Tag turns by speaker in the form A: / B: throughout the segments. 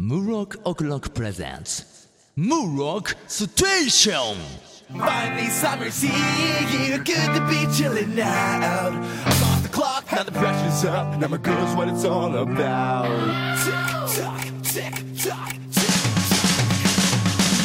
A: Murok O'Clock presents Murok Station!
B: Finally, summer's here. Good to be chilling out. I'm off the clock, now the pressure's up. Now my girl's what it's all about. Tick tock, tick tock, tick tock.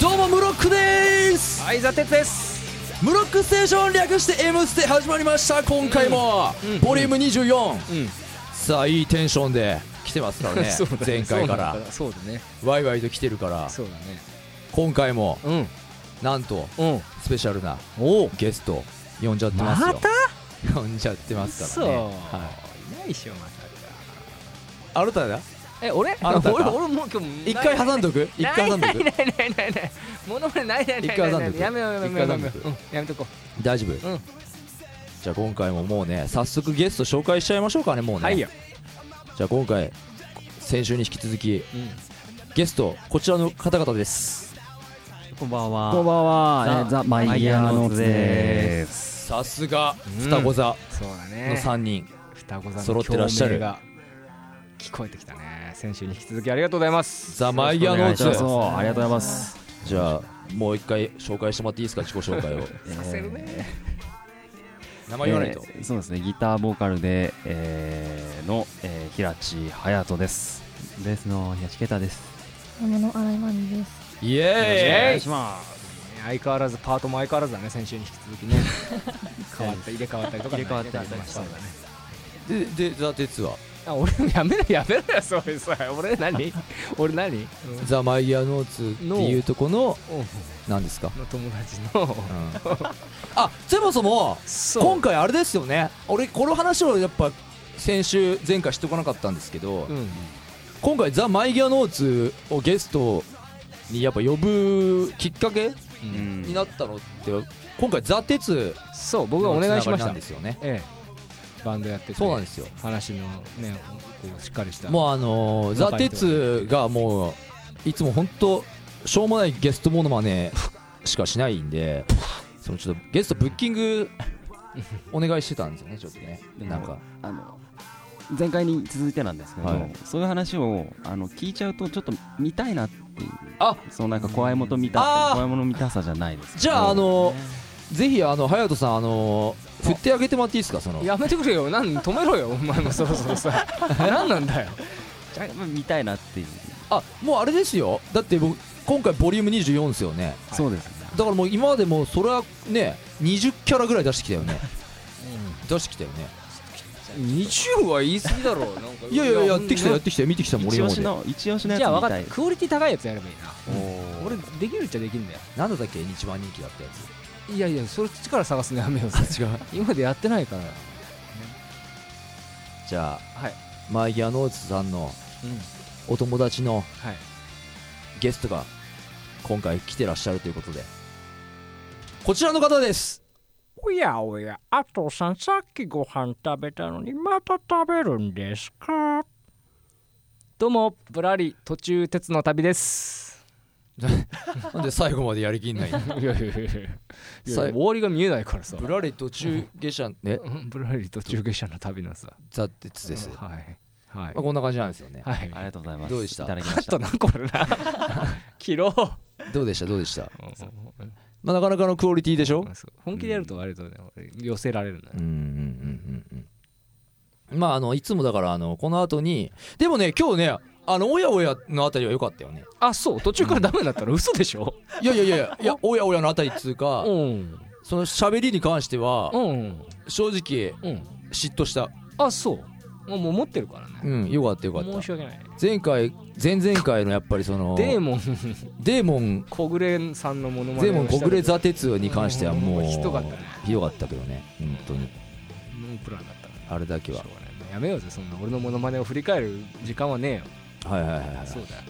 A: どうもムロックです
C: はい、ザテツです。
A: ムロックステーション略して M ステ始まりました今回も、ボリューム24、
C: ん
A: さあいいテンションで来てますから ね前回から
C: そうだね。
A: ワイワイと来てるから
C: そうだね。
A: 今回も
C: うん。
A: なんと
C: うん。
A: スペシャルな
C: おお。。
A: ゲスト呼んじゃってますよ、呼んじゃってますからね、はい
C: ないでしょ、ま
A: い、あなただ
C: た。え、俺
A: あなたか
C: 俺、俺もう今日、
A: 一回挟んどく一回挟んど
C: ない
A: く
C: ないないないない。ものまねないないないない。
A: 一回挟んどく
C: やめようやめようやめよう
A: 一
C: やめよ
A: 回挟んど
C: う。うん、やめとこ
A: 大丈夫、
C: うん
A: じゃあ今回ももうね早速ゲスト紹介しちゃいましょうかねもう
C: う。
A: ね、。じゃあ今回先週に引き続き
C: うん。
A: ゲストこちらの方々です
C: こんばんは
D: こんばんは、えー
C: ザ
D: ザ・マイヤーノーズで
A: さすが
C: うん
A: 双子座
C: そうだ
A: の
C: ね。
A: 3人、
C: 双子座の
A: 揃ってらっしゃる
C: 共鳴が聞こえてきたね。先週に引き続きありがとうございます。
A: ザ・マイヤーノー
D: す。そう
A: ズ
D: そう、ありがとうございます。
A: じゃあもう一回紹介してもらっていいですか自己紹 介を
C: させるね。
A: 名前言わないと、
D: えーそうですね、ギターボーカルで、えーの、えー、平地隼人です。ベースの平地啓太です。
E: 山の荒井まみです。
A: イ
C: お
A: エ
C: 願い
A: ー
C: しますね相変わらずパートも相変わらずだね先週に引き続 きね変わった入れ替わったりとか、ね、入れ替わったりとかそうだね
A: イででザ・テツは
C: あ俺のやめろやめろよそれさ俺何俺何、うん
A: ザ・マイヤーノーズっていうとこの何ですか、
C: の友達の
A: うん あそもそも今
C: そ
A: 回あれですよね俺この話をやっぱ先週前回しとかなかったんですけど、
C: う、うん、
A: 今回「ザ・マイ・ギア・ノーツ」をゲストにやっぱ呼ぶきっかけ
D: うん
A: になったのって今回「ザ・テツ
C: そう」僕は
A: のつ
C: お
A: な
C: 願いし
A: が
C: ま
A: り
C: し
A: なん
C: た
A: ですよね
C: ええバンドやってて
A: そうなんですよ
C: 話のねこうしっかりした
A: もうあのーザ・テツ」がもういつも本当しょうもないゲストモノマネ しかしないんでそのちょっとゲストブッキング お願いしてたんですよねちょっとねなんか
D: あの前回に続いてなんですけど、
A: はい
D: そういう話をあの聞いちゃうとちょっと見たいなっていう
A: あ
D: そのなんか怖いもの見た
A: あー
D: 怖いもの見たさじゃないですけど
A: じゃああのーぜひあの隼人さんあのー振ってあげてもらっていいですかその
C: やめてくれよなん止めろよお前もそろそろ さ何なんだよ
D: じゃあ見たいなっていう、
A: あもうあれですよだって僕今回ボリューム24ですよね
D: そうですね
A: だからもう今までもうそれはね20キャラぐらい出してきたよ ね出してきたよね
C: 20は言い過ぎだろうなんか
A: いやいややってきたやってきたよ見てきたもん俺
D: 一
A: 今
D: 押
A: ま
D: し
A: で
D: の一押しの
C: じゃあ
D: やつ
C: 分
D: 見
C: か
D: た
C: っ
D: い
C: たクオリティ高いやつやればいいな
A: 俺
C: 俺できるっちゃできるんだよ
A: なんだったっけ一番人気だったやつ
C: いやいやそれ力探すのやめよう違う 今までやってないから
A: じゃあ
C: はい
A: マイギアノーツさんの
C: うん
A: お友達の
C: はい
A: ゲストが今回来てらっしゃるということでこちらの方です
F: おやおや、あとさんさっきご飯食べたのにまた食べるんですか
C: どうもぶらり途中鉄の旅です
A: なんで最後までやりきんない
C: いやいやいやいや
A: や
C: 終わりが見えないからさ
A: ぶらり途中下 車ね
C: うんぶらり途中下車の旅のさ
A: ザ・テツです、ま
C: はいはい
A: あ、こんな感じなんですよね
C: は
D: あ
C: い
D: りがとうございます
A: どうでした
D: いただきま
C: カ
D: し
C: ット
D: た
C: なこれな 切ろう
A: どうでしたどうでしたまあ、なかなかのクオリティでしょ
C: そう本気でやると割とね俺寄せられるんだよ
A: うんうんうんうんうんまああのいつもだからあのこの後にでもね今日ねあのおやおやのあたりは良かったよね
C: あそう途中からダメになったの嘘でしょ
A: いやいやい やいやおやおやのあたりっつうか
C: うん
A: その喋りに関しては
C: うん
A: 正直
C: うん
A: 嫉妬した
C: あそうもうもう持ってるからね
A: うん良かった良かっ
C: 申した訳ない
A: 前回前々回のやっぱりその
C: デーモン
A: デーモン
C: 小暮さんのものまね
A: デーモン小暮座鉄に関してはもう
C: ひどかったね
A: ひどかったけどね本当に
C: ノープランだったから
A: あれだけ
C: しょ
A: は
C: うがないもうやめようぜそんな俺のものまねを振り返る時間はねえよ
A: はいはいはいはい
C: そうだよ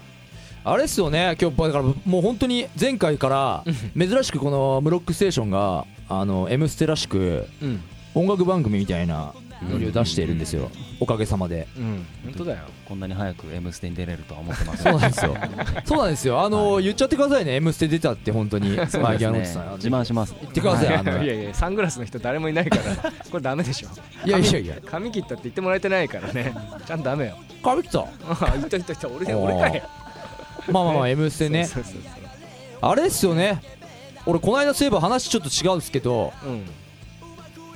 A: あれですよね、今日だからもう本当に前回から珍しくこの「ムロックステーションが」あの「M ステ」らしく
C: うん
A: 音楽番組みたいないろいろ出しているんですよおかげさまで
C: うん本当だよ
D: こんなに早く「M ステ」に出れるとは思ってませ
A: そ
D: ん
A: うなんですよ そうなんですよあの言っちゃってくださいね「M ステ」出たって本当に
D: そう
A: まあ
D: で
A: ギ
D: す
A: ャ
D: ね
A: ノッチさん
D: 自慢します
A: 言ってくださいあの
C: い
A: い
C: やいやサングラスの人誰もいないから これダメでしょ
A: やいやいや
C: 髪切ったって言ってもらえてないからねちゃんとダメよ
A: 髪切った
C: あ言った言った言った俺俺かよ
A: まあまあまあ「M ステね」
C: そうそうそうそ
A: あれですよね俺この間そういえば話ちょっと違うんですけど
C: ううん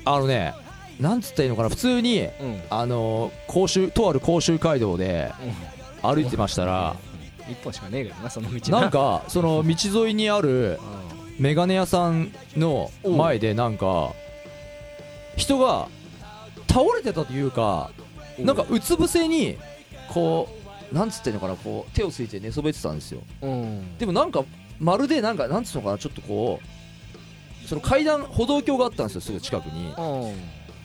A: あのねなんつったらいいのかな普通に
C: うん
A: あの甲州とある甲州街道で歩いてましたら
C: 一本しかねえけどなその道
A: なんかその道沿いにある
C: う
A: メガネ屋さんの前でなんか人が倒れてたというか
C: ん
A: なんかうつ伏せにこうなんつってんのかなこう手をついて寝そべってたんですよ
C: うん
A: でもなんかまるでなんかなんつうのかなちょっとこうその階段歩道橋があったんですよすぐ近くに
C: うん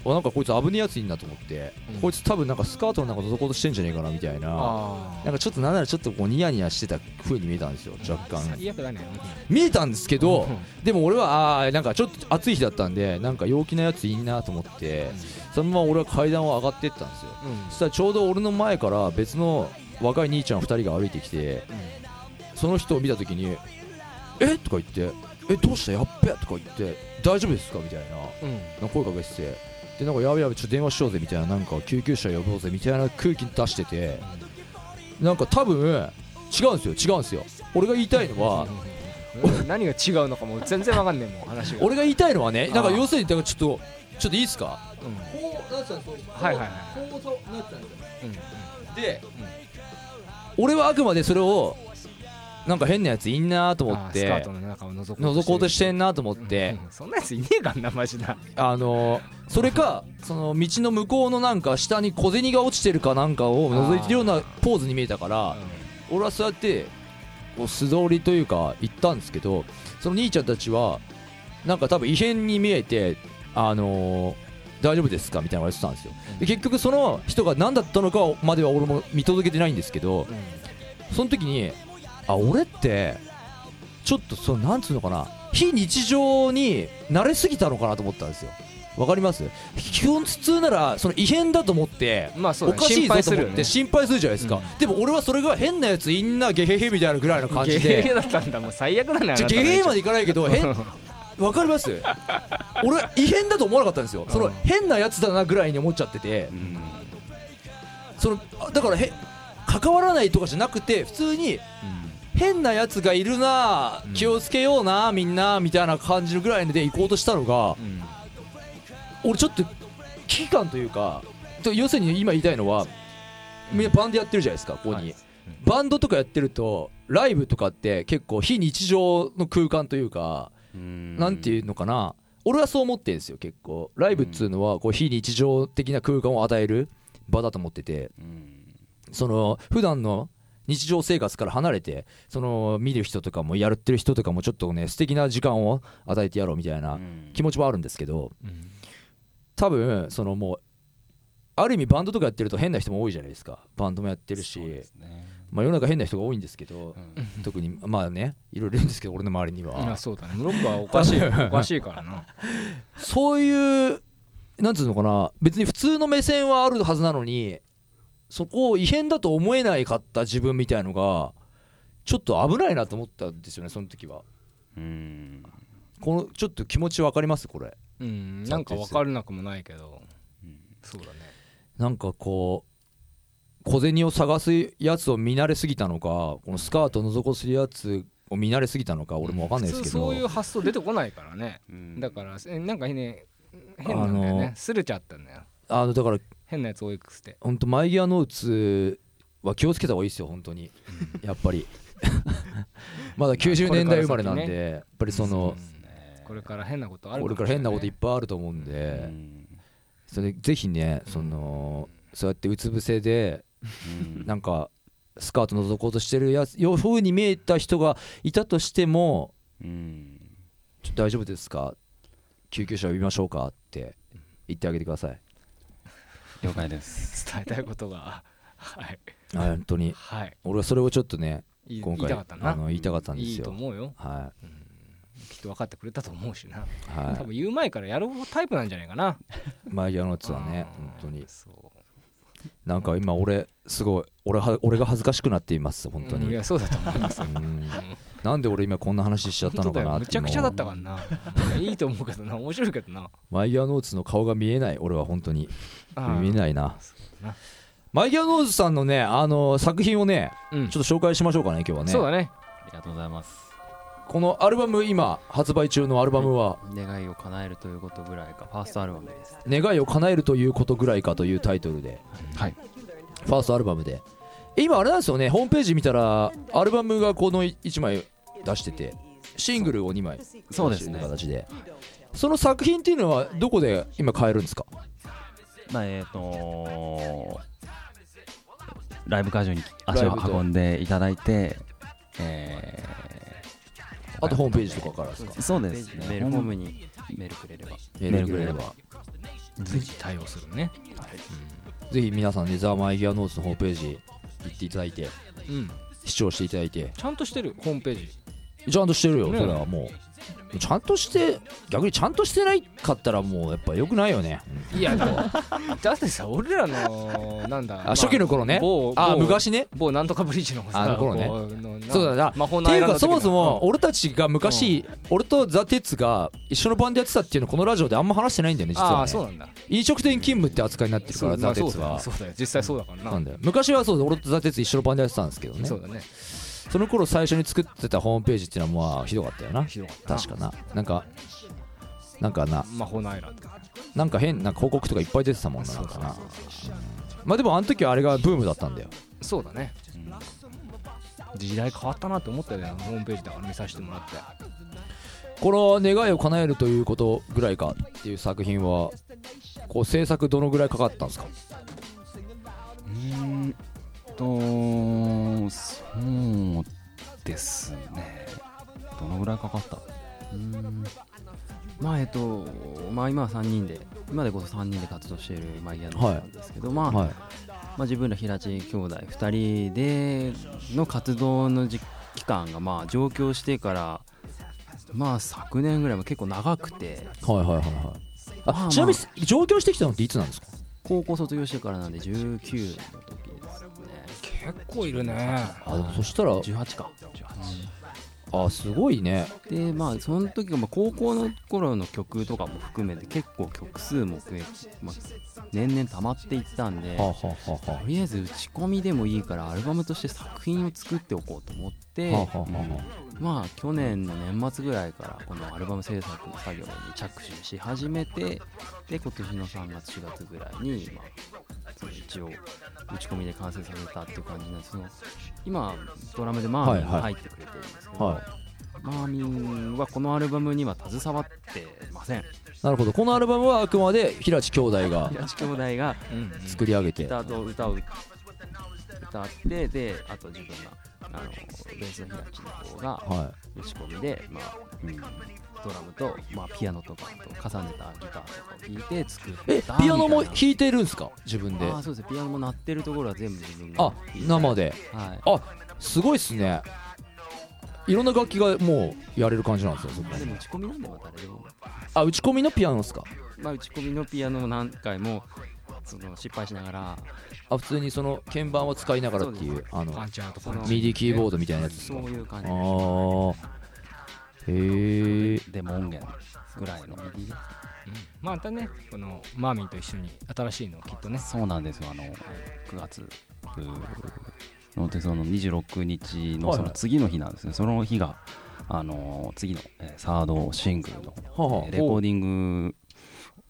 A: あなんかこいつ危ねえやついんなと思って、
C: うん
A: こいつ多分なんかスカートの中覗こうとしてんじゃねえかなみたいな
C: あ
A: なんかちょっとなんならちょっとこうニヤニヤしてた風に見えたんですよ若干
C: 最悪だね
A: 見えたんですけど、
C: うん
A: でも俺はあーなんかちょっと暑い日だったんでなんか陽気なやついいなと思ってそのまま俺は階段を上がってったんですよ
C: うん
A: そしたらちょうど俺の前から別の若い兄ちゃん2人が歩いてきてその人を見た時に「えとか言って「えどうしたやっべ」とか言って「大丈夫ですか?」みたいな
C: うんうん
A: なんか声かけててでなんかやべやべちょっと電話しようぜみたいななんか救急車呼ぼうぜみたいな空気出しててなんか多分違うんですよ違うんですよ俺が言いたいのは
C: うん何が違うのかもう全然わかんねえもん話が
A: 俺が言いたいのはねなんか
C: あー
A: 要するにだからちょっとちょっといいですか
C: うん
A: こうなってたんですよ
C: はいはいはい
A: こうそうなってたんですよ
C: うん
A: で、俺はあくまでそれをなんか変なやついんなと思
C: あ
A: っ
C: ースカー
A: て
C: トの中を覗こう
A: 覗こうとして
C: る
A: んなと思って、
C: うんそんなやついねえからなマジだ
A: あのそれかその道の向こうのなんか下に小銭が落ちてるかなんかを覗いてるようなポーズに見えたから俺はそうやってこう素通りというか行ったんですけどその兄ちゃんたちはなんか多分異変に見えてあのー大丈夫ですかみたいなのを言ってたんですよで結局その人が何だったのかまでは俺も見届けてないんですけどその時にあ俺ってちょっとそのなんつうのかな非日常に慣れすぎたのかなと思ったんですよわかります基本普通ならその異変だと思って
C: まあそう
A: お
C: だね
A: かしい
C: 心配
A: ぞと
C: する
A: 思
C: よ
A: って
C: ね
A: 心配するじゃないですか、でも俺はそれが変なやついんなゲヘヘみたいなぐらいの感じ
C: ゲヘ
A: で
C: だったんだもう最悪だねあな
A: じ
C: た
A: ゃ
C: ね
A: ゲヘヘまでいかないけ ど変わかります俺は異変だと思わなかったんですよその変なやつだなぐらいに思っちゃってて
D: うん
A: そのあだからへ関わらないとかじゃなくて普通に変なやつがいるなあ気をつけようなあみんなみたいな感じぐらいので行こうとしたのが、
C: ん
A: 俺ちょっと危機感というかと要するに今言いたいのはみんなバンドやってるじゃないですかここに、バンドとかやってるとライブとかって結構非日常の空間というか、
D: うん
A: なんていうのかな俺はそう思ってるんですよ結構ライブっつうのはこう非日常的な空間を与える場だと思ってて、
D: うん
A: その普段の日常生活から離れてその見る人とかもやってる人とかもちょっとね素敵な時間を与えてやろうみたいうなん気持ちはあるんですけど、多分そのもうある意味バンドとかやってると変な人も多いじゃないですかバンドもやってるし、
D: そうですね
A: まあ、世の中変な人が多いんですけど
D: う、ん
A: 特にまあねいろいろいるんですけど俺の周りには、
C: いやそうだねムロックはお かしいおかしいからな
A: そういうなんつうのかな別に普通の目線はあるはずなのにそこを異変だと思えないかった自分みたいのがちょっと危ないなと思ったんですよねその時は
D: うん
A: このちょっと気持ちわかりますこれ
C: うんなんか分からなくもないけど
D: うん
C: そうだね
A: なんかこう小銭を探すやつを見慣れすぎたのかこのスカートを覗こするやつを見慣れすぎたのか俺もわかんないです
C: 普
A: け
C: 通
A: ど
C: そういう発想出てこないからね
D: うん
C: だからえなんかね変なんだよ
A: あ
C: ね
A: の
C: すれちゃったんだよ
A: あのだから
C: 変なやつ多くて
A: 本当マイギアノーツは気をつけた方がいいですよ本当にやっぱりまだ90年代生まれなんで、
C: これから先
A: やっぱりその、
C: これから変なことある
A: 俺から変なこといっぱいあると思うん
D: う
A: で、
D: ん
A: それぜひねその、そうやってうつ伏せで
D: うん
A: なんかスカート覗こうとしてるやつようふうに見えた人がいたとしても
D: うん
A: 「ちょっと大丈夫ですか救急車呼びましょうか」って言ってあげてください
D: 了解です
C: 伝えたいことがはい
A: あ本当に
C: はい
A: 俺はそれをちょっとね
C: い
A: 今
C: 言い
A: 回
C: たかった
A: あ
C: な
A: の言いたかったんで
C: い
A: す
C: いと
A: よ
C: 思うよ
A: は
C: きっと分かってくれたと思うしな、多
A: は、
C: 分言う前からやるタイプなんじゃないかない
A: マイヤーのやつはね
C: うん
A: 本当に
C: そう
A: なんか今俺すごい俺は俺が恥ずかしくなっています本当
C: うんい
A: に、
C: やそうだと思い ます
A: うんなんで俺今こんな話しちゃったの
C: 本当だ
A: か
C: よ
A: なっ
C: む
A: て
C: ちゃくちゃだった
A: も
C: からないいと思うけどな面白いけどな
A: うマイヤーノーツの顔が見えない俺は本当に
C: うん
A: 見えないな
C: うだな
A: マイヤーノーツさんのねあの作品をね
C: うん
A: ちょっと紹介しましょうかね今日
C: そう
A: はね
C: だね
D: ありがとうございます
A: このアルバム今発売中のアルバムは
D: 願いを叶えるということぐらいかファーストアルバムです
A: 「願いを叶えるということぐらいか」というタイトルで
D: はい
A: ファーストアルバムで今あれなんですよねホームページ見たらアルバムがこの1枚出しててシングルを2枚
D: そうですね
A: 出してる形でその作品っていうのはどこで今買えるんですか
D: まあえっ、とライブ会場に足
A: ラ
D: を
A: イブと
D: 運んでいただいてえー
A: あとホームページとかからですか
D: そうですね
G: メールフォーム
D: に
G: にメールくれれば
A: メールくれれば
C: ぜひ対応するね
A: ぜひ皆さんね「ザ・マイ・ギア・ノーツ」のホームページ行っていただいて
C: うん
A: 視聴していただいて
C: ちゃんとしてるホームページ
A: ちゃんとしてるよ、
C: ね
A: それはもうちゃんとして逆にちゃんとしてないかったらもうやっぱ良くないよね
C: いや だってさ俺らのなんだ
A: あ初期の頃ね
C: 某
A: あ
C: 某
A: 昔ね
C: 某なんとかブリッジのさ
A: あの頃ね
C: このな
A: そうだな
C: 魔法
A: っ
C: の
A: て
C: ア
A: い
C: イ
A: う
C: ランド
A: か
C: 的
A: そ
C: な
A: もそも俺たちが昔、俺とザ・テツが一緒のバンドやってたっていうのこのラジオであんま話してないんだよね実
C: あ
A: は、
C: あそう
A: ね、
C: なんだ
A: 飲食店勤務って扱いになってるから、
C: そうま
A: ザ・
C: あ
A: テ
C: そう
A: ツ
C: だ
A: は
C: よそうだよ実際そうだからな
A: なんだよ昔はそうだ俺とザ・テツ一緒のバンドやってたんですけどね
C: そうだね
A: その頃最初に作ってたホームページっていうのはまあひどかったよな
C: ひどかったな
A: 確かななんかなんかな
C: 魔法のアイランド
A: なんか変な広告とかいっぱい出てたもんななんかなまあでもあの時はあれがブームだったんだよ
C: そうだね時代変わったなって思ったよねホームページだから見させてもらって
A: この「願いを叶えるということぐらいか」っていう作品はこう制作どのぐらいかかったんですか
D: うーんとそうですねどのぐらいかかった
G: うーんまあえっとまあ今は3人で今でこそ3人で活動しているマイヤーの人なんですけど、まあ
A: はい
G: まあ、自分ら平地兄弟2人での活動の時期間がまあ上京してからまあ昨年ぐらいも結構長くて
A: はいはいはいはいあ、
G: まあまあ
A: ちなみに上京してきたのっていつなんですか
G: 高校卒業してからなんで19の時ですね
C: 結構いるね
A: あでもそしたら
G: 18か
A: あすごいね
G: でまあその時がまあ高校の頃の曲とかも含めて結構曲数も増え、まあ、年々溜まっていったんで
A: はあ、はあはあは
G: とりあえず打ち込みでもいいからアルバムとして作品を作っておこうと思って、
A: あはあはあは
G: まあ去年の年末ぐらいからこのアルバム制作の作業に着手し始めてで今年の3月4月ぐらいに、まあ、その一応打ち込みで完成させたっていう感じなんですその今ドラムでマーミンが入ってくれてるんですけ
A: あ
G: ど、
A: はい
G: マーミンはこのアルバムには携わってません
A: なるほどこのアルバムはあくまで平地兄弟が
G: 平地兄弟が
C: うん
A: 作り上げて
G: ギターと歌を歌ってであと自分があのベースの平地の方が
A: は
G: 打ち込みで、まあうんドラムと、まあ、ピアノとかと重ねたギターとかを弾いて作っ
A: いえ
G: た
A: ピアノも
G: みたい
A: 弾いてるんですか自分で
G: なあーそうですねピアノも鳴ってるところは全部自分が
A: あ生で
G: はい
A: すごいっすねいろんな楽器がもうやれる感じなんですよそこ
G: まあでも打ち込みなんでまたあれでも、
A: あ打ち込みのピアノですか
G: まあ、打ち込みのピアノを何回もその失敗しながら
A: あ普通にその鍵盤を使いながらってい
G: そう
A: うあ
C: パ
A: の
C: ンチャーと
G: そ
C: か
G: の
A: ミディキーボードみたいなやつです
G: そ
A: か
G: ういう感
A: あ
G: じ
A: ーへえ
D: でも音源
G: ぐらいの
C: またねこのマーミンと一緒に新しいのをきっとね
D: そうなんですよあの9月うーのでその26日の
A: はいはい
D: その次の日なんですね、その日があの次の、えーサードシングルの、
A: はあは
D: えーレコーディング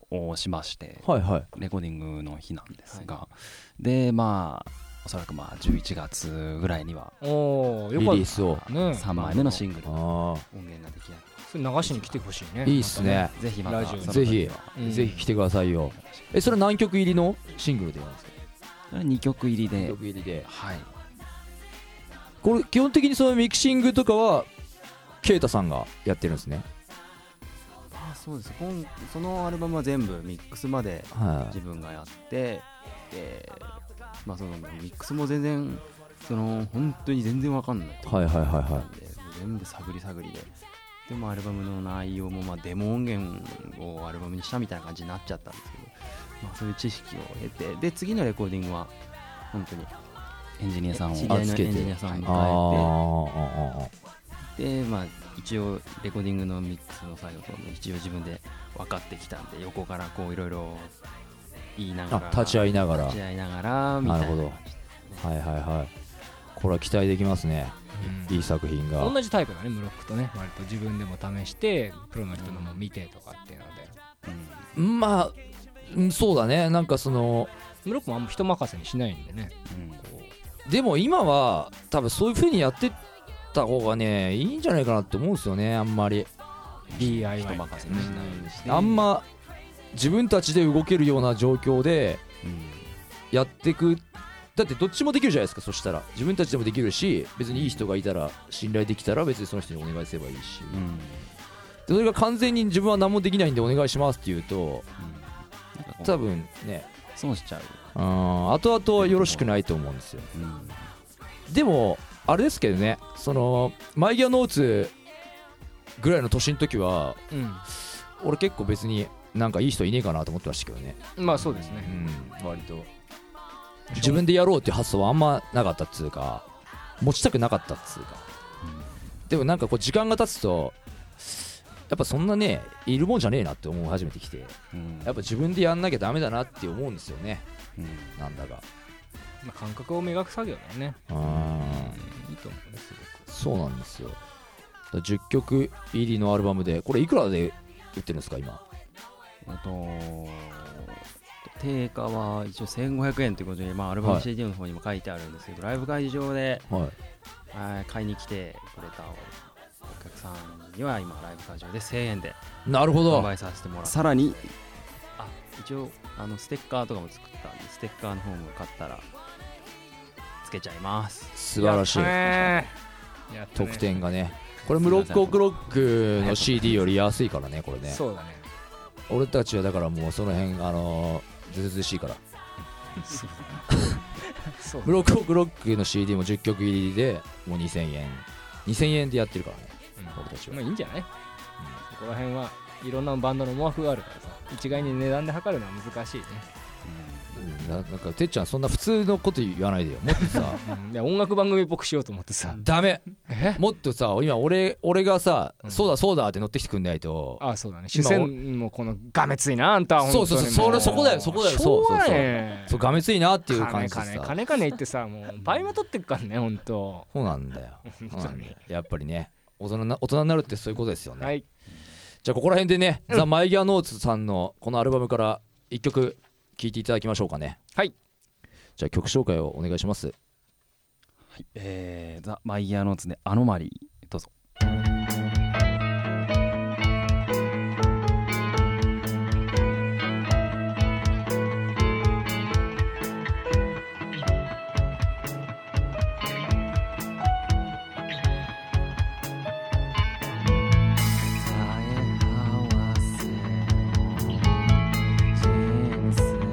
D: をしまして
A: あはいはい
D: レコーディングの日なんですが、でまあおそらくまあ11月ぐらいには
C: おお
A: リ
C: よ
A: リ
C: かっ
A: ースを
C: たね
D: 3枚目のシングル
A: あ
G: 音源が出来上がっ
C: それ流しに来てほしいね
A: あいいっすね
D: ぜひまた
C: ラジオに
D: その
A: ぜひ
D: 時は
C: うん
A: ぜひ来てくださいよえそれ何曲入りのシングルでなんですか
D: 2曲入り
A: 何
D: で
A: 曲入りで
D: はい
A: これ基本的にそのミキシングとかはケイタさんがやってるんですね
G: たあそうです今そのアルバムは全部ミックスまで
A: は
G: 自分がやってで、まあ、そのミックスも全然その本当に全然わかんない
A: いはいはいはいはい
G: なんで全部探り探りででもアルバムの内容も、まあ、デモ音源をアルバムにしたみたいな感じになっちゃったんですけど、まあ、そういう知識を得てで次のレコーディングは本当に
D: エンジニアさんを
G: 知り合いの
A: あつけて
G: エンジニアさん
A: あー
G: を
A: あーあ
G: 迎えてで、まあ、一応レコーディングのミックスの作業とかも一応自分で分かってきたんで横からこういろいろ言いなが
A: ー
G: ら
A: あ立ち会いながら
G: 立ち会いながらみたい
A: な
G: な
A: るほどはいはいはいこれは期待できますねいい作品が
C: 同じタイプだねムロックとね割と自分でも試してプロの人のも見てとかっていうので
A: まあうんそうだねなんかその
C: ムロックもあんま人任せにしないんでね
A: でも今は多分そういう風にやってった方がねいいんじゃないかなって思うんですよねあんまり
C: DIY
G: 人任せにしないようにして
A: あんま自分たちで動けるような状況でやってくだってどっちもできるじゃないですかそしたら自分たちでもできるし別にいい人がいたら信頼できたら別にその人にお願いすればいいし、
G: うん
A: でそれが完全に自分は何もできないんでお願いしますって言うと
G: なんかこう
A: 多分ね
G: 損しちゃう、
A: うん後々はよろしくないと思うんですよ
G: うん
A: でもあれですけどねそのマイギアノーツぐらいの年の時は
C: うん
A: 俺結構別になんかいい人いねえかなと思ってましたけどね、
C: まあそうですね
A: うん、割と自分でやろうっていう発想はあんまなかったっつうか持ちたくなかったっつうか、でもなんかこう時間が経つとやっぱそんなねいるもんじゃねえなって思い始めてきてや
G: うん
A: っぱ自分でやんなきゃダメだなって思うんですよねなんだか
C: まあ感覚を磨く作業だよね
A: うん
C: いいと思うねす
A: そうなんですよ10曲入りのアルバムでこれいくらで売ってるんですか今
G: えっと定価は一応1500円ということで、まあ、アルバ
A: は
G: ム
A: い
G: CD の方にも書いてあるんですけど、ライブ会場で
A: はい
G: あー買いに来てくれたお客さんには今ライブ会場で1000円で
A: なるほ
G: 販
A: ど
G: 売させてもらって
D: さらに
G: あ一応あのステッカーとかも作ったんでステッカーの方も買ったらつけちゃいます
A: 素晴らしい
C: やったね
A: 得点がねこれムロックオクロックの CD より安いからねこれね
C: そうだね
A: 俺たちはだからもうその辺あのーずうずうしいから
C: そう
A: ムロックオクロックの CD も10曲入りでもう2000円2000円でやってるからね俺たちは
C: まあいいんじゃない、そこら辺はいろんなバンドの思惑があるからさ一概に値段で測るのは難しいね、
A: うんななんかてっちゃんそんな普通のこと言わないでよもっと さ
C: うん、で音楽番組っぽくしようと思ってさ、
A: ダメもっとさ今俺俺がさ、
C: うん
A: そうだそうだって乗ってきてくんないと
C: ああそうだね主戦もこのがめついなあんたは本当に
A: そうそうそうそ
C: も
A: れそこだよそこだよ
C: しょ
A: そ
C: う
A: うそう
C: が
A: そう
C: ねえ
A: そうがめついなっていう感じでさ
C: 金金金金言ってさもう倍も取ってくからね本当
A: そうなんだよ
C: 本
A: そう
C: 当
A: なんだ
C: に
A: よやっぱりね大人な大人になるってそういうことですよね、
C: はい
A: じゃあここら辺でね、ザ・マイギア・ノーツさんのこのアルバムから一曲聴いていただきましょうかね
C: はい
A: じゃあ曲紹介をお願いします
G: えー、ザ・マイヤーノーツでアノマリーどうぞ
H: 「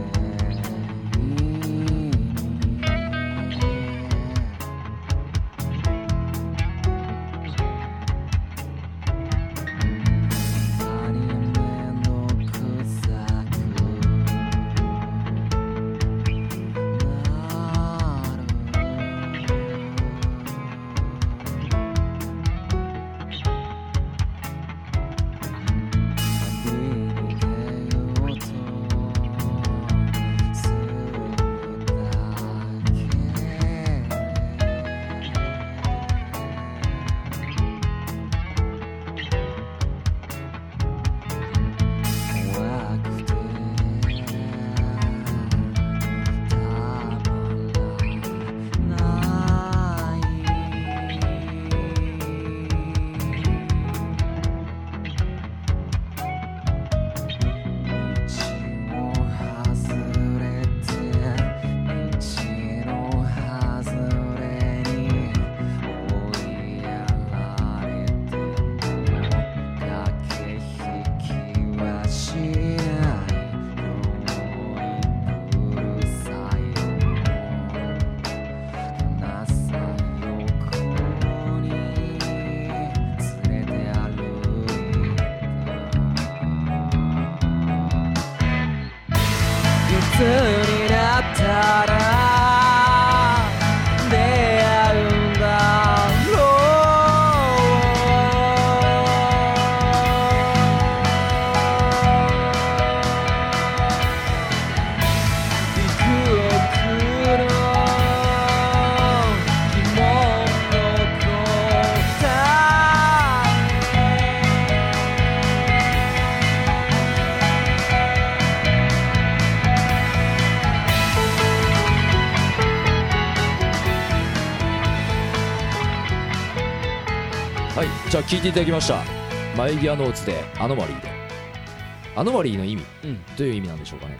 A: はいじゃあ聞いていただきました「マイギアノーツ」で「アノマリー」でアノマリーの意味、
G: うん
A: どういう意味なんでしょうかね、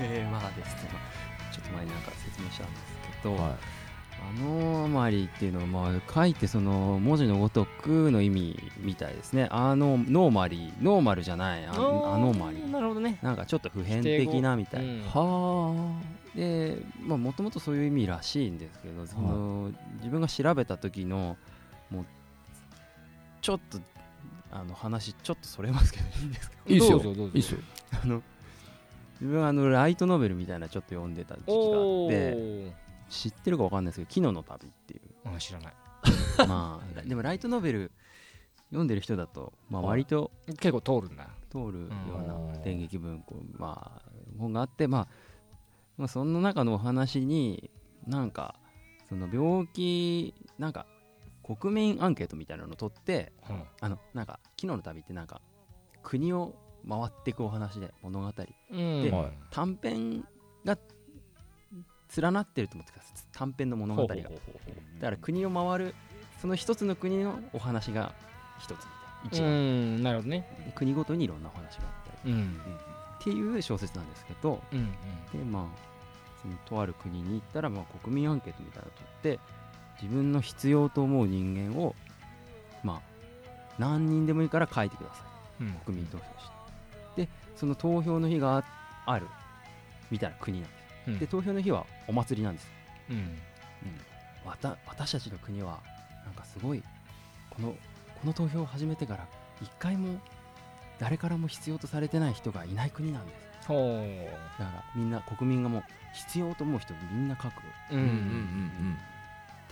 G: え ーまあですね、まあちょっと前になんか説明したんですけど、
A: は
G: あのあまりっていうのは、まあ、書いてその文字のごとくの意味みたいですね。あのノーマリー、ノーマルじゃない、ああノーマリー。
F: なるほどね
G: なんかちょっと普遍的なみたいな。
C: うん
A: は
G: で、まあ、もともとそういう意味らしいんですけど、その自分が調べた時の、もう、ちょっと、あの話、ちょっとそれますけど、いいですか
A: いいいっすよ
C: どうぞどうぞ
A: いいっすよ
G: 自分はあのライトノベルみたいなちょっと読んでた時期があ
C: お
G: って
C: ー
G: 知ってるかわかんないですけど「昨日の旅」っていう
C: あ知らない
G: まあでもライトノベル読んでる人だと、まあ、割と
C: 結構通るんだ
G: 通るよう
A: うん
G: な電撃文庫、まあ、本があって、まあ、まあその中のお話になんかその病気なんか国民アンケートみたいなのを取って
C: うん
G: あのなんか昨日の旅ってなんか国を回っていくお話で物語
C: うん
G: で
A: はい
G: 短編が連なってると思ってください短編の物語がだから国を回るその一つの国のお話が一つみた
C: う
G: いな一
C: んなるほどね
G: 話で国ごとにいろんなお話があったり
C: うん
G: っていう小説なんですけど
C: うんうん
G: でまあそのとある国に行ったら、まあ、国民アンケートみたいなのを取って自分の必要と思う人間をまあ何人でもいいから書いてください
C: うん
G: 国民投票してでその投票の日がああるみたいな国なんです、
C: うん
G: で投票の日はお祭りなんですよ、
C: うん
G: わた私たちの国はなんかすごいこのこの投票を始めてから一回も誰からも必要とされてない人がいない国なんです
C: ほ
G: だからみんな国民がもう必要と思う人みんな書く
C: うう
A: うんうん
C: ん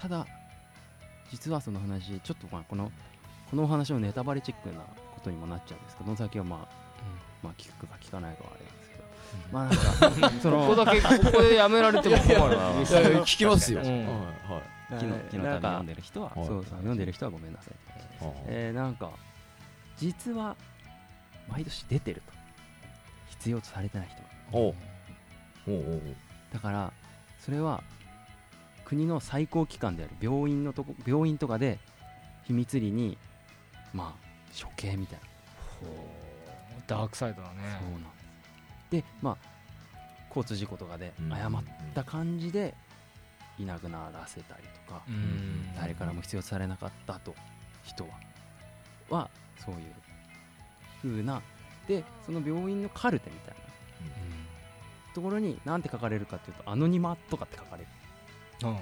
G: ただ実はその話ちょっとまあこのこのお話のネタバレチックなことにもなっちゃうんですけどこの先はまあ、まあ聞くか聞かないかはあれなんですけど、まあなん かその
C: ここだけここでやめられても困るな
A: うんいやいや聞きますよ、
C: うん
A: はいはい
G: 昨日昨日
D: なんか
G: 読んでる人は
A: は
G: そ
A: いう
G: そう読んでる人はごめんなさい、えーなんか実は毎年出てると必要とされてない人が
A: おうおうおうおう
G: だからそれは国の最高機関である病院のとこ病院とかで秘密裏にまあ処刑みたいな
C: ダークサイドだ
G: そう
C: ね
G: なんですでまあ交通事故とかで謝った感じでいなくならせたりとか、
C: うん
G: 誰からも必要とされなかったと人ははそういう風なでその病院のカルテみたいなところに何て書かれるかっていうと「アノニマ」とかって書かれる
C: うんうん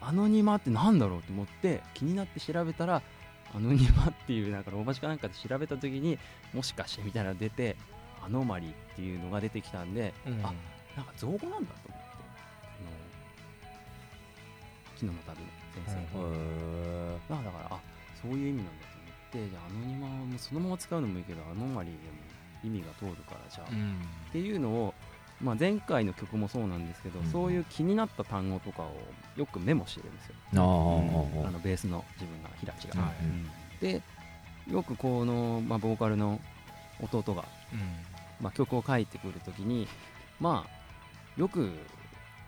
G: アノニマってなんだろうと思って気になって調べたらアノニマっていうなんかローマ字かなんかで調べた時にもしかしてみたいなのが出てアノマリっていうのが出てきたんで
C: うん
G: あなんか造語なんだと思ってあの昨日の旅の先生、
A: へ
G: まあだからあそういう意味なんだと思ってじゃあアノニマもそのまま使うのもいいけどアノマリーでも意味が通るからじゃあ、
C: う
G: っ
C: ん
G: ていうのを、まあ、前回の曲もそうなんですけど、
A: うん
G: そういう気になった単語とかをよくメモしてるんですよ、
A: ーあ
G: うんあ
A: あ
G: のベースの自分が平地が、
C: はい
G: でよくこの、まあ、ボーカルの弟が、まあ、曲を書いてくるときにまあよく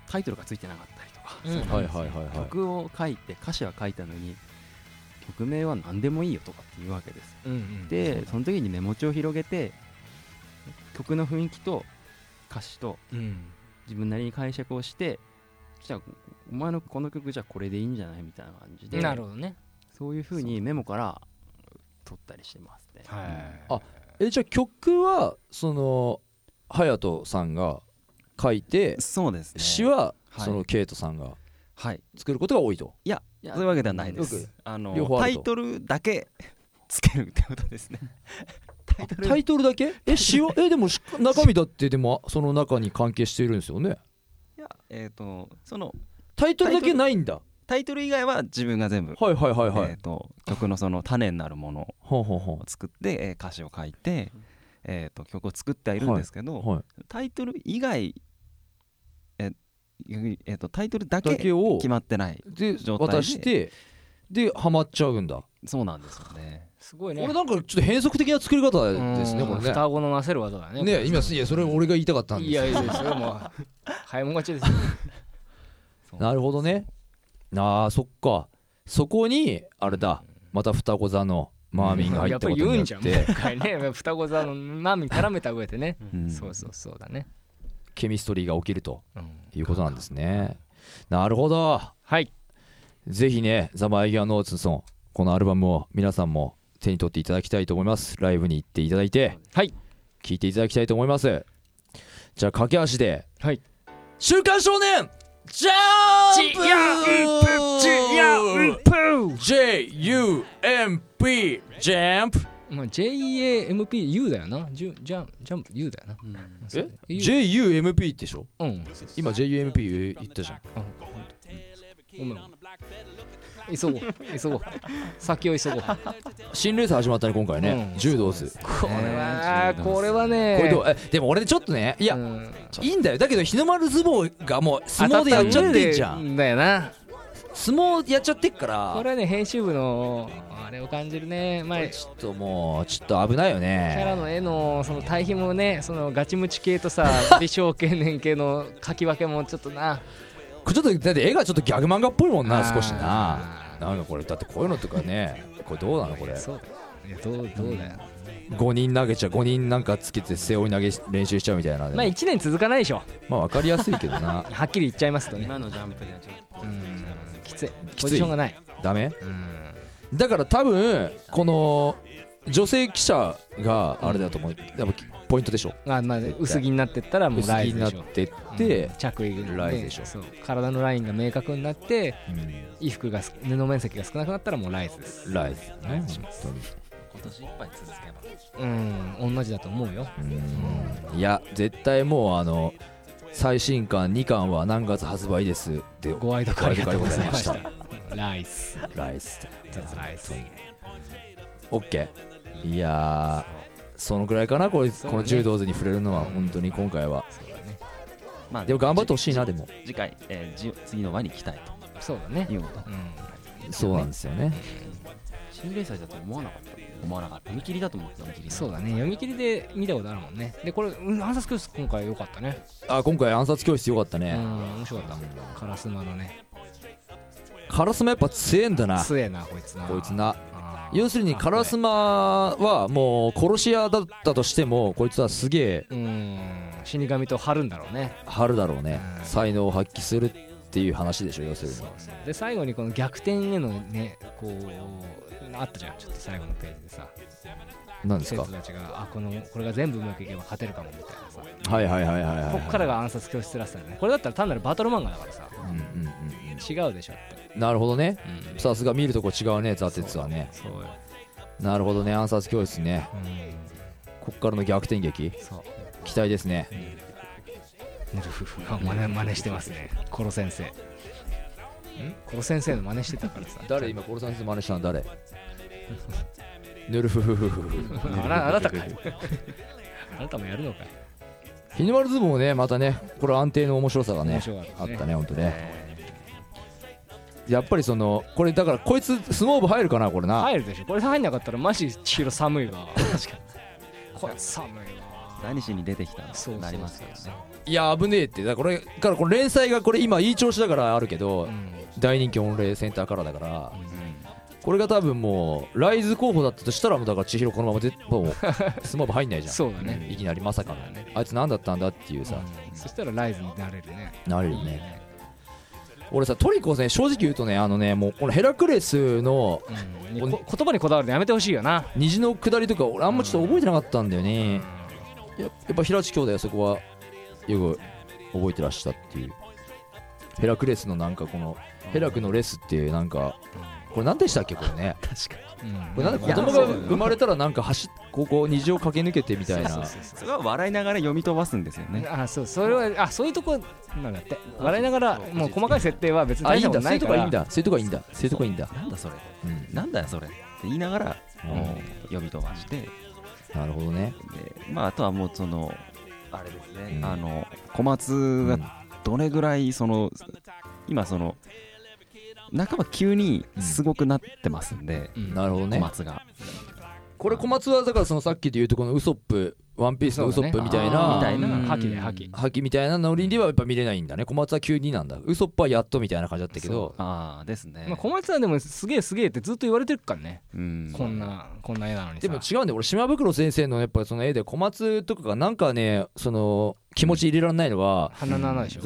G: タイトルがついてなかったりとか、
C: う
A: は
C: ん
A: いはいはいはい
G: 曲を書いて歌詞は書いたのに曲名は何でもいいよとかっていうわけです
C: うんうん
G: でその時にメモ帳を広げて曲の雰囲気と歌詞と
C: うん
G: 自分なりに解釈をしてじゃあお前のこの曲じゃあこれでいいんじゃないみたいな感じで
C: なるほどね
G: そういうふうにメモから取ったりしてますね
C: はい
A: あえじゃあ曲はその隼人さんが書いて
D: そうですね
A: 詩は
D: はい
A: そのケイトさんが
D: はい
A: 作ることが多いと
D: いや
G: いや
D: そういうわけではないで
A: よく
D: すあの
A: 両方あ
D: タ
A: る
D: イ
A: と
D: トルだけつけるってことですねタイトル
A: タイトルだけえ詩はえでもし 中身だってでもその中に関係しているんですよね
D: いやえっ、とその
A: タイトルだけないんだ
D: タイトル以外は自分が全部、
A: はいはいはいはい、
D: えー、と曲のその種になるもの
A: ほうほうほ
D: を作って、えー歌詞を書いて、えー、と曲を作ってはいるんですけど、
A: うはい
D: タイトル以外え逆にえー、とタイトルだ
A: だけ
D: け
A: を
D: 決まってない
A: で
D: 状態で
A: 渡してでハマっちゃうんだ、
D: そうなんですよね
C: すごい
A: こ
C: ね
A: れなんかちょっと変則的な作り方ですね
C: うん
A: これね
C: 双子のなせる技だね
A: ね今いやそれ俺が言いたかったんです
C: いやいやそれはもう早いもん勝ちですよ
A: なるほどねあーそっかそこにあれだまた双子座のマーミンが入
C: や
A: っ
C: ったぱ
A: こ
C: り
A: とに
C: 言う
A: よ
C: ん
A: っ
C: じゃん
A: て
C: 今回ね双子座のマーミン絡めた上でね
D: うん
C: そうそうそうだね
A: ケミストリーが起きると
C: うん
A: いうことなんですねなるほど
C: はい
A: ぜひね、ザ・マイ・ギア・ノーツのこのアルバムを皆さんも手に取っていただきたいと思います。ライブに行っていただいて、
C: はい、
A: 聴いていただきたいと思います。じゃあ、駆け足で、
C: はい、
A: 週刊少年ジャンプ
C: いやうんぷー
A: !J-U-M-P ジャンプ
C: まあ JAMPU だよなジュジャンジャンプ U だよな
A: え
C: いいよ
A: ?J-U-M-P ってでしょ
C: うん
A: 今 J-U-M-P 言ったじゃん。
C: ごめん急ごう急ごう先を急ご う
A: 新レース始まったね、今回ね。
C: うん
A: 柔道数。こ
C: これはこれは
A: れどう
C: ね
A: えでも俺ちょっとね、いや、
C: うん
A: いいんだよだけど日の丸相撲がもう相撲でやっちゃってんじゃん
C: だよな
A: 相撲やっちゃってっか
C: こ
A: ら
C: れはね編集部のあれを感じるね前
A: ちょっともうちょっと危ないよ
C: キャラ
A: ね
C: の絵のその対比もねそのガチムチ系と さ美少経年系の描き分けもちょっとな
A: これちょっとだって絵がちょっとギャグ漫画っぽいもんな
C: あー
A: 少しななんかこれだってこういうのとかねこれどうなのこれ
C: そうだよどうどうだよ、
A: 5人投げちゃう5人なんかつけて背負い投げし練習しちゃうみたいな
C: まあ1年続かないでしょ
A: まあ分かりやすいけどな
C: はっきり言っちゃいますとね
G: 今のジャンプではちょっと
C: うんきつい
A: つい
C: ポジションがない
A: ダメ
C: うん
A: だから多分この女性記者があれだと思うやっぱポイントでしょ
C: あまあ薄着になってったらもう
A: 薄
C: ラ
A: 着
C: イズ
A: に
C: で
A: なっ
C: しょ
A: てって、
C: うん着衣ね
A: ライズでしょ
C: そう体のラインが明確になって
A: うん
C: 衣服がす布面積が少なくなったらもうライズです
A: ライズね本
G: 今年いっぱい続けば
C: うん同じだと思うよ
A: 当にうんいや絶対もうあの最新刊2巻は何月発売ですで
C: ご愛読ありがとうございまし
A: ご愛
C: たライス
A: ライズ
C: ライス
A: OK いやーそのくらいかなこれ
C: そうね
A: この柔道図に触れるのは本当に今回は
C: そうだね
G: まあ
A: でも頑張ってほしいなでも
G: じ次回、えーじ次の輪に来たい
C: そうだね
G: ということ
C: うん
A: そうなんですよね
G: 新連載だと思わなかった思わなかった見切りだと思ってた見切り
C: そうだね読み切りで見たことあるもんねでこれうん暗殺教室今回良かったね
A: あ今回暗殺教室よかった
C: うん
A: ね
C: 面白かったカラスマのね
A: カラスマやっぱ強えんだな
C: 強えなこいつな
A: こいつな
C: あー
A: 要するにカラスマはもう殺し屋だったとしてもこいつはすげえ
C: うん死神と張るんだろうね
A: 春だろうね
C: うん
A: 才能を発揮するっていう話でしょ要するに
C: で最後にこの逆転へのねこうあったじゃんちょっと最後のページでさ
A: 何です
C: 生
A: か
C: 徒たちがあこのこれが全部うまくいけば勝てるかもみたいなさ
A: はいはいはいはいはい
C: こっからが暗殺教室らしさだねこれだったら単なるバトル漫画だからさ
A: うんうんうん
C: 違うでしょって、
A: うんなるほどね
C: うん
A: さすが見るとこ違うね座鉄はね
C: そうよ、
A: なるほどね暗殺教室ねこっからの逆転劇
C: そう
A: 期待ですね
C: ぬるふふが真似真似してますねコロ先生コロ先生の真似してたからさ
A: 誰今コロさん先生真似したの 誰ぬるふふふふふ
C: あらあなたかいあなたもやるのかい
A: 日の丸相撲もねまたねこれ安定の面白さがね
C: 面白かった
A: あっ
C: ね
A: たね本当ねやっぱりそのこれだからこいつスノーブ入るかなこれな
C: 入るでしょこれ入んなかったらマジ千尋寒いわ確かにこれ寒いわ
G: 何しに出てきたの
C: そうそうそうそう
G: なりますからね
A: いや危ねえってだからこれからこれ連載がこれ今いい調子だからあるけど、
C: うん
A: 大人気御礼センターからだから、これが多分もうライズ候補だったとしたらもうだから千尋このまま絶も うスマブ入んないじゃん
C: そうだね
A: いきなりまさかの、
C: ね
A: あいつ何だったんだっていうさ、
C: うんそしたらライズになれるね
A: なるよね俺さトリコね正直言うとねあのねもうこのヘラクレスの
C: うんこ言葉にこだわるのやめてほしいよな
A: 虹の下りとか俺あんまちょっと覚えてなかったんだよね、ややっぱ平地兄弟はそこはよく覚えてらっしゃったっていうヘラクレスのなんかこのヘラクのレスっていうなんかこれ何でしたっけこれねこれなんで子供が生まれたらなんか走っ ここ虹を駆け抜けてみたいな
D: それは笑いながら読み飛ばすんですよね
C: あそうそれはあそういうとこなんだって笑いながらもう細かい設定は別に
A: あ
C: 大
A: い
C: し
A: いん
C: たこと
A: だそう
C: ないいう
A: と
C: か
A: こ
C: ら
A: はいいんだそういうとこはいいんだそういうとこはいいんだ
G: なんだそれ
A: うん
G: なんだよそれって言いながら、
A: うん
G: もう読み飛ばしてで、
A: なるほどね
G: まあ、あとはもうそのあれですね、
A: うん
G: あの小松
A: う
G: が
A: ん
G: どれぐらいその今その半ば急にすごくなってますんで、
C: うん
A: なるほど
G: 小
A: ね
G: 松が、
A: これ小松はだからそのさっきで言うとこのウソップワンピースのウソップみたい
C: あー
A: な
C: みたいな
G: うん
C: 覇気ね覇気
A: 覇気みたいなノリではやっぱ見れないんだね小松は急になんだウソップはやっとみたいな感じだったけど
D: ああですね、
C: まあ、小松さんでもすげえすげえってずっと言われてるからね
D: うん
C: こんなこんな絵なのに
A: で
C: さ
A: も違うんだよ俺島袋先生のやっぱその絵で小松とかがなんかねその気持ち入れられないの は
C: 鼻の穴でしょ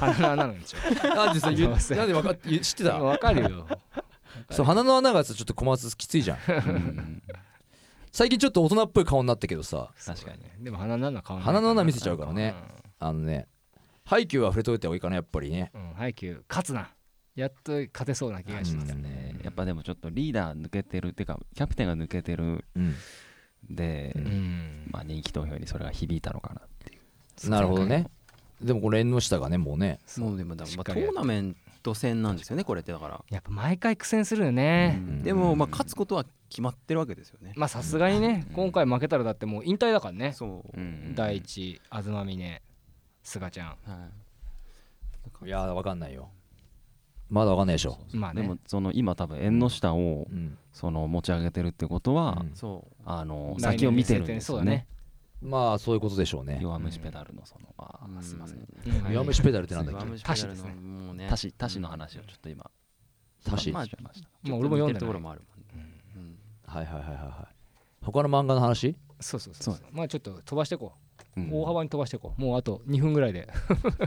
C: 鼻の穴なんでしょ
A: なん でそれ言う
C: すいません
A: なんでわかっ 言知ってた
C: わかる よ
A: そう鼻の穴がさちょっと小松きついじゃん
D: うん
A: 最近ちょっと大人っぽい顔になったけどさ
D: 確かに
C: にでも鼻の穴変わんない
A: 鼻の穴見せちゃうからねあのね配給は触れといた方がいいかなやっぱりね
C: うんうん配球勝つなやっと勝てそうな気がしてきた、
A: うん
D: ねやっぱでもちょっとリーダー抜けてるっていうかキャプテンが抜けてる
A: うん
D: で、
A: うん
C: うん
D: まあ、人気投票にそれが響いたのかなっていう
A: なるほどねでもこれ縁の下がねもうね
G: もうでもだ、
C: しっ
G: まあ、
C: か
G: ト
C: りやる
G: ーナメント戦なんですよねこれってだから、
C: やっぱ毎回苦戦するよね、
A: ん
G: でもまあ勝つことは決まってるわけですよね、
C: まあさすがにね、今回負けたらだってもう引退だからね
G: そう、
D: うん
C: 第一東峰菅ちゃん
G: はい
A: いやーわかんないよまだわかんないでしょ
C: まあね
D: でもその今多分縁の下を
A: うん
D: その持ち上げてるってことは、
A: うん
G: そう
D: あの
C: 来年
D: 先を見てるんですよね
A: まあそういうことでしょうね
D: 弱虫ペダルのそのあーすいません
C: うん
A: 弱虫ペダルってなんだ
G: ワ
A: っ
G: ム
A: け
G: シペダル
C: 多種です
G: の
C: ね
G: もうね
D: 他市他市の話をちょっと今
A: タシ
D: まあ
A: はい
D: しました
C: まあ俺も読んで
G: と
C: な
G: ころ
C: い
G: もあるもんね、うん
A: はいはいはいはい他の漫画の話
C: そうそうそう
D: そ
C: まあちょっと飛ばしていこう、
D: うん
C: 大幅に飛ばしていこうもうあと2分ぐらいで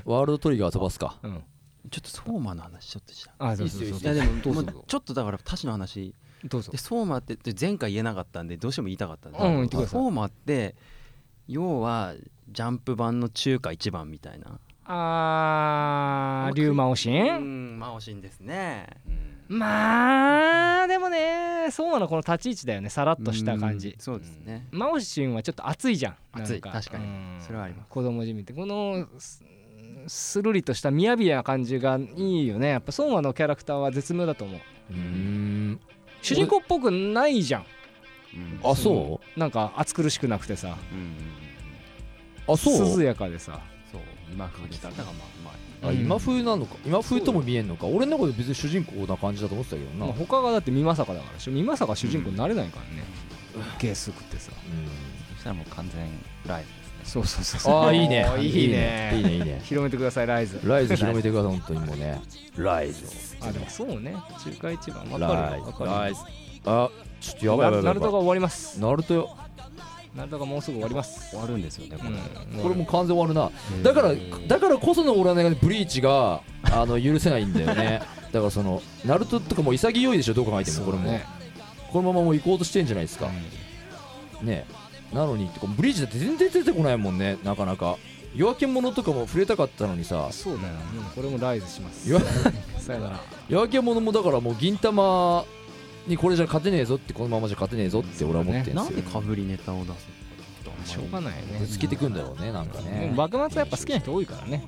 A: ワールドトリガー飛ばすか
C: うん
G: ちょっと相馬の話ちょっとしたい
C: あそうそうそ
A: い
C: う
A: いっ
C: い
A: すよ
G: や
A: い
G: でも
C: どうぞ
G: まあちょっとだから他市の話
C: どうぞ
G: で相馬ってで前回言えなかったんでどうしても言いたかったんで
C: うん言ってください
G: 相馬って要はジャンプ版の中華一番みたいな
C: あー龍馬おし
G: うんんまあ惜しいんですね
C: まあでもねそうなのこの立ち位置だよねさらっとした感じ
G: うんそうですね
C: マオシンはちょっと熱いじゃんなん
G: 熱い確かに
C: うん
G: それはあります
C: 子供じみってこのすするりとした雅な感じがいいよねやっぱ相馬のキャラクターは絶妙だと思う
A: うーん
C: 主人公っぽくないじゃん
D: うん
A: あそ
C: なんか暑苦しくなくてさ
D: うん
A: うあそう
C: 涼やかでさ
D: そう今書き方がまあうまい
A: あ今風なのか今風とも見えんのか俺の中で別に主人公な感じだと思ってたけどな、
C: まあ、他がだって美作だからし美作が主人公になれないからね、ゲス食ってさ
D: そしたらもう完全ライズですね
C: そうそうそう
A: ああーいいね
C: おーいいね
A: いいねいいね
C: 広めてくださいライズ
A: ライズ広めてください本当にもうねライズ
C: あでもそうね中華一番わか
A: ラ
C: る
A: イズ
C: よわかる
A: ライ
C: よ
A: ズあちょっとやばいやばい
C: ナ
A: や
C: ル
A: ば
C: ト
A: い
C: が終わります
A: ナルトよ
C: ナルトがもうすぐ終わります
D: 終わるんですよねこれ、
C: うん
A: これもう完全終わるなだからだからこその俺はねブリーチが あの許せないんだよねだからそのナルトとかもう潔いでしょどう考えてもこれも
C: ね
A: このままもう行こうとしてんじゃないですか、ねえなのにこうブリーチだって全然出てこないもんねなかなか夜明け者とかも触れたかったのにさ
C: そうだよ、うんこれもライズします
A: 夜
C: さよなら
A: 夜明け者もだからもう銀玉にこれじゃ勝てねえぞってこのままじゃ勝てねえぞって俺は思ってん
G: な
A: す
G: ん
A: よ、
G: でかぶりネタを出すの
C: しょうがないよね
A: ぶつけてくんだろうねなんか
C: で
A: ね
C: も幕末はやっぱ好きな人多いからね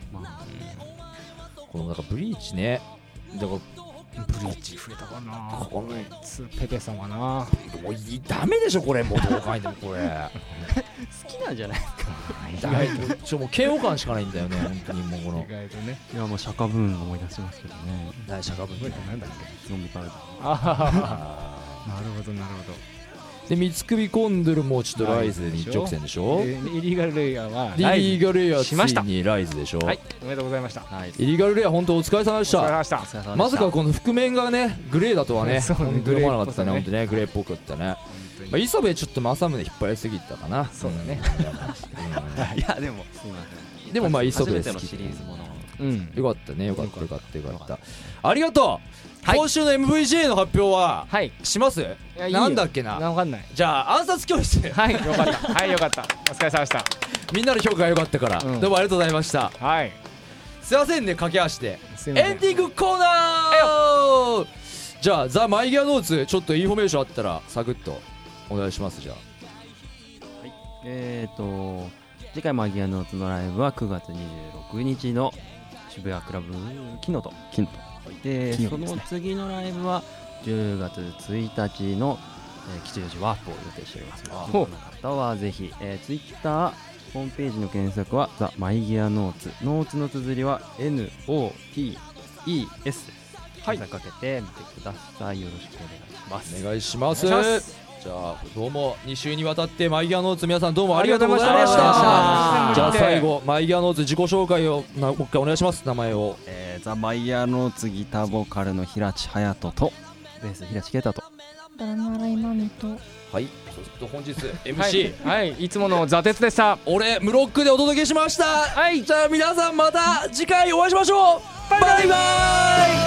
A: このなんかブリーチねだか
C: ブリーチ触れたか
A: ら
C: な
A: この
C: ペペ様な
A: もういいダメでしょこれもうどう考えてもこれ
G: 好きなんじゃない
A: ダメちょもう嫌悪感しかないんだよね本当にもうこの
C: 意外とね
G: いやもう釈迦ブーン思い出しますけどね
A: 大社かぶって
C: なんだっけ
G: ゾンビパウダー
C: なるほどなるほど
A: で三つ首コンドルもちょっとライズで一直線でしょ
C: えーイリーガルレイヤーは
A: で
C: ライズ
A: イリーガルレイヤー
C: しました
A: ついにライズでしょ、
C: はいおめでとうございました
G: はい
A: イリーガルレイヤー本当お疲れ様でし
C: お疲れ様
A: た
C: でした
A: まさかこの覆面がねグレーだとはね
C: そうね
A: 本当に思わなかったね
C: グレ
A: 本当に
C: ーっぽ
A: ねグレーっぽくってね、まあ、磯部ちょっと政宗引っ張りすぎたかな
C: そうだね
G: い やでもすいませ
A: うんでもまあ
G: ん
A: 磯部
G: 初
A: 好
G: め
A: き
G: てのシリーズもの
C: うん
A: よかったねよかったよかったよかったありがとう、
C: はい
A: 今週の MVJ の発表は
C: はい
A: します
C: いやいいよ
A: なんだっけな
C: わかんない
A: じゃあ暗殺教室
C: はいよかったはいよかったお疲れ様でした
A: みんなの評価が良かったから、
C: うん
A: どうもありがとうございました
C: はい
A: すいませんね駆け足で
C: エン
A: エンディングコーナーじゃあザ・マイギアノーツちょっとインフォメーションあったらサクッとお願いしますじゃあ
G: えーと次回マギアノーツのライブは9月26日の渋谷クラブキノと
D: キント
G: で
D: 金曜
G: そ
D: 日です
G: の
D: ね
G: 次のライブは10月1日の、えー吉祥寺ワープを予定しておりますので
C: ほう
G: 気になる方はぜひ、えー、Twitter ホームページの検索は「ザ・マイギアノーツ」ノーツの綴りは NOTES 検索かけてみてくださいよろしくお願いします
A: お願いします
C: お願いします
A: じゃあどうも2週にわたってマイギアノーツ皆さんどうもありがとうございました
C: あり
A: じゃ
C: が
A: あ
C: とうございました
A: 最後 マイギアノーツ自己紹介をなもう一回お願いします名前を
G: えーザ・マイヤーの次ギターボーカルの平地隼人とベース平地啓太と
E: ドラム洗いまみと
A: はいそして本日 MC、
C: はい、はい、いつもの座鉄でした
A: 俺ムロックでお届けしました、
C: はい
A: じゃあ皆さんまた次回お会いしましょうバイバイ